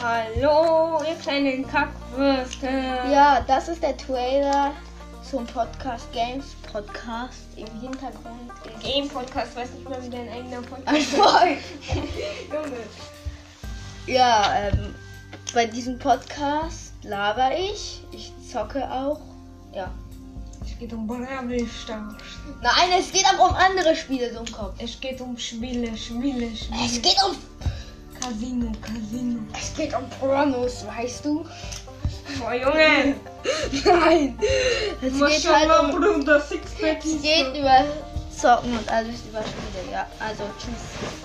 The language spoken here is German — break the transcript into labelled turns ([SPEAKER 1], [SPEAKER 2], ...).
[SPEAKER 1] Hallo, ihr kleinen Kackwürste.
[SPEAKER 2] Ja, das ist der Trailer zum Podcast Games Podcast. Im Hintergrund ist
[SPEAKER 1] Game Podcast, weiß nicht mal wie dein eigener
[SPEAKER 2] ein
[SPEAKER 1] Podcast.
[SPEAKER 2] Volk.
[SPEAKER 1] Also, Junge.
[SPEAKER 2] Ja, ähm, bei diesem Podcast laber ich. Ich zocke auch. Ja.
[SPEAKER 1] Es geht um Brabbelstausch.
[SPEAKER 2] Nein, es geht auch um andere Spiele, so im Kopf.
[SPEAKER 1] Es geht um Spiele, Spiele, Spiele.
[SPEAKER 2] Es geht um.
[SPEAKER 1] Casino, Casino.
[SPEAKER 2] Es geht um Pornos, weißt du?
[SPEAKER 1] Boah, Junge.
[SPEAKER 2] Nein.
[SPEAKER 1] Du
[SPEAKER 2] Es
[SPEAKER 1] musst
[SPEAKER 2] geht
[SPEAKER 1] schon
[SPEAKER 2] halt
[SPEAKER 1] mal,
[SPEAKER 2] um.
[SPEAKER 1] Bruder, Sixpack.
[SPEAKER 2] Es geht über Zocken und alles über Spiele, ja. Also tschüss.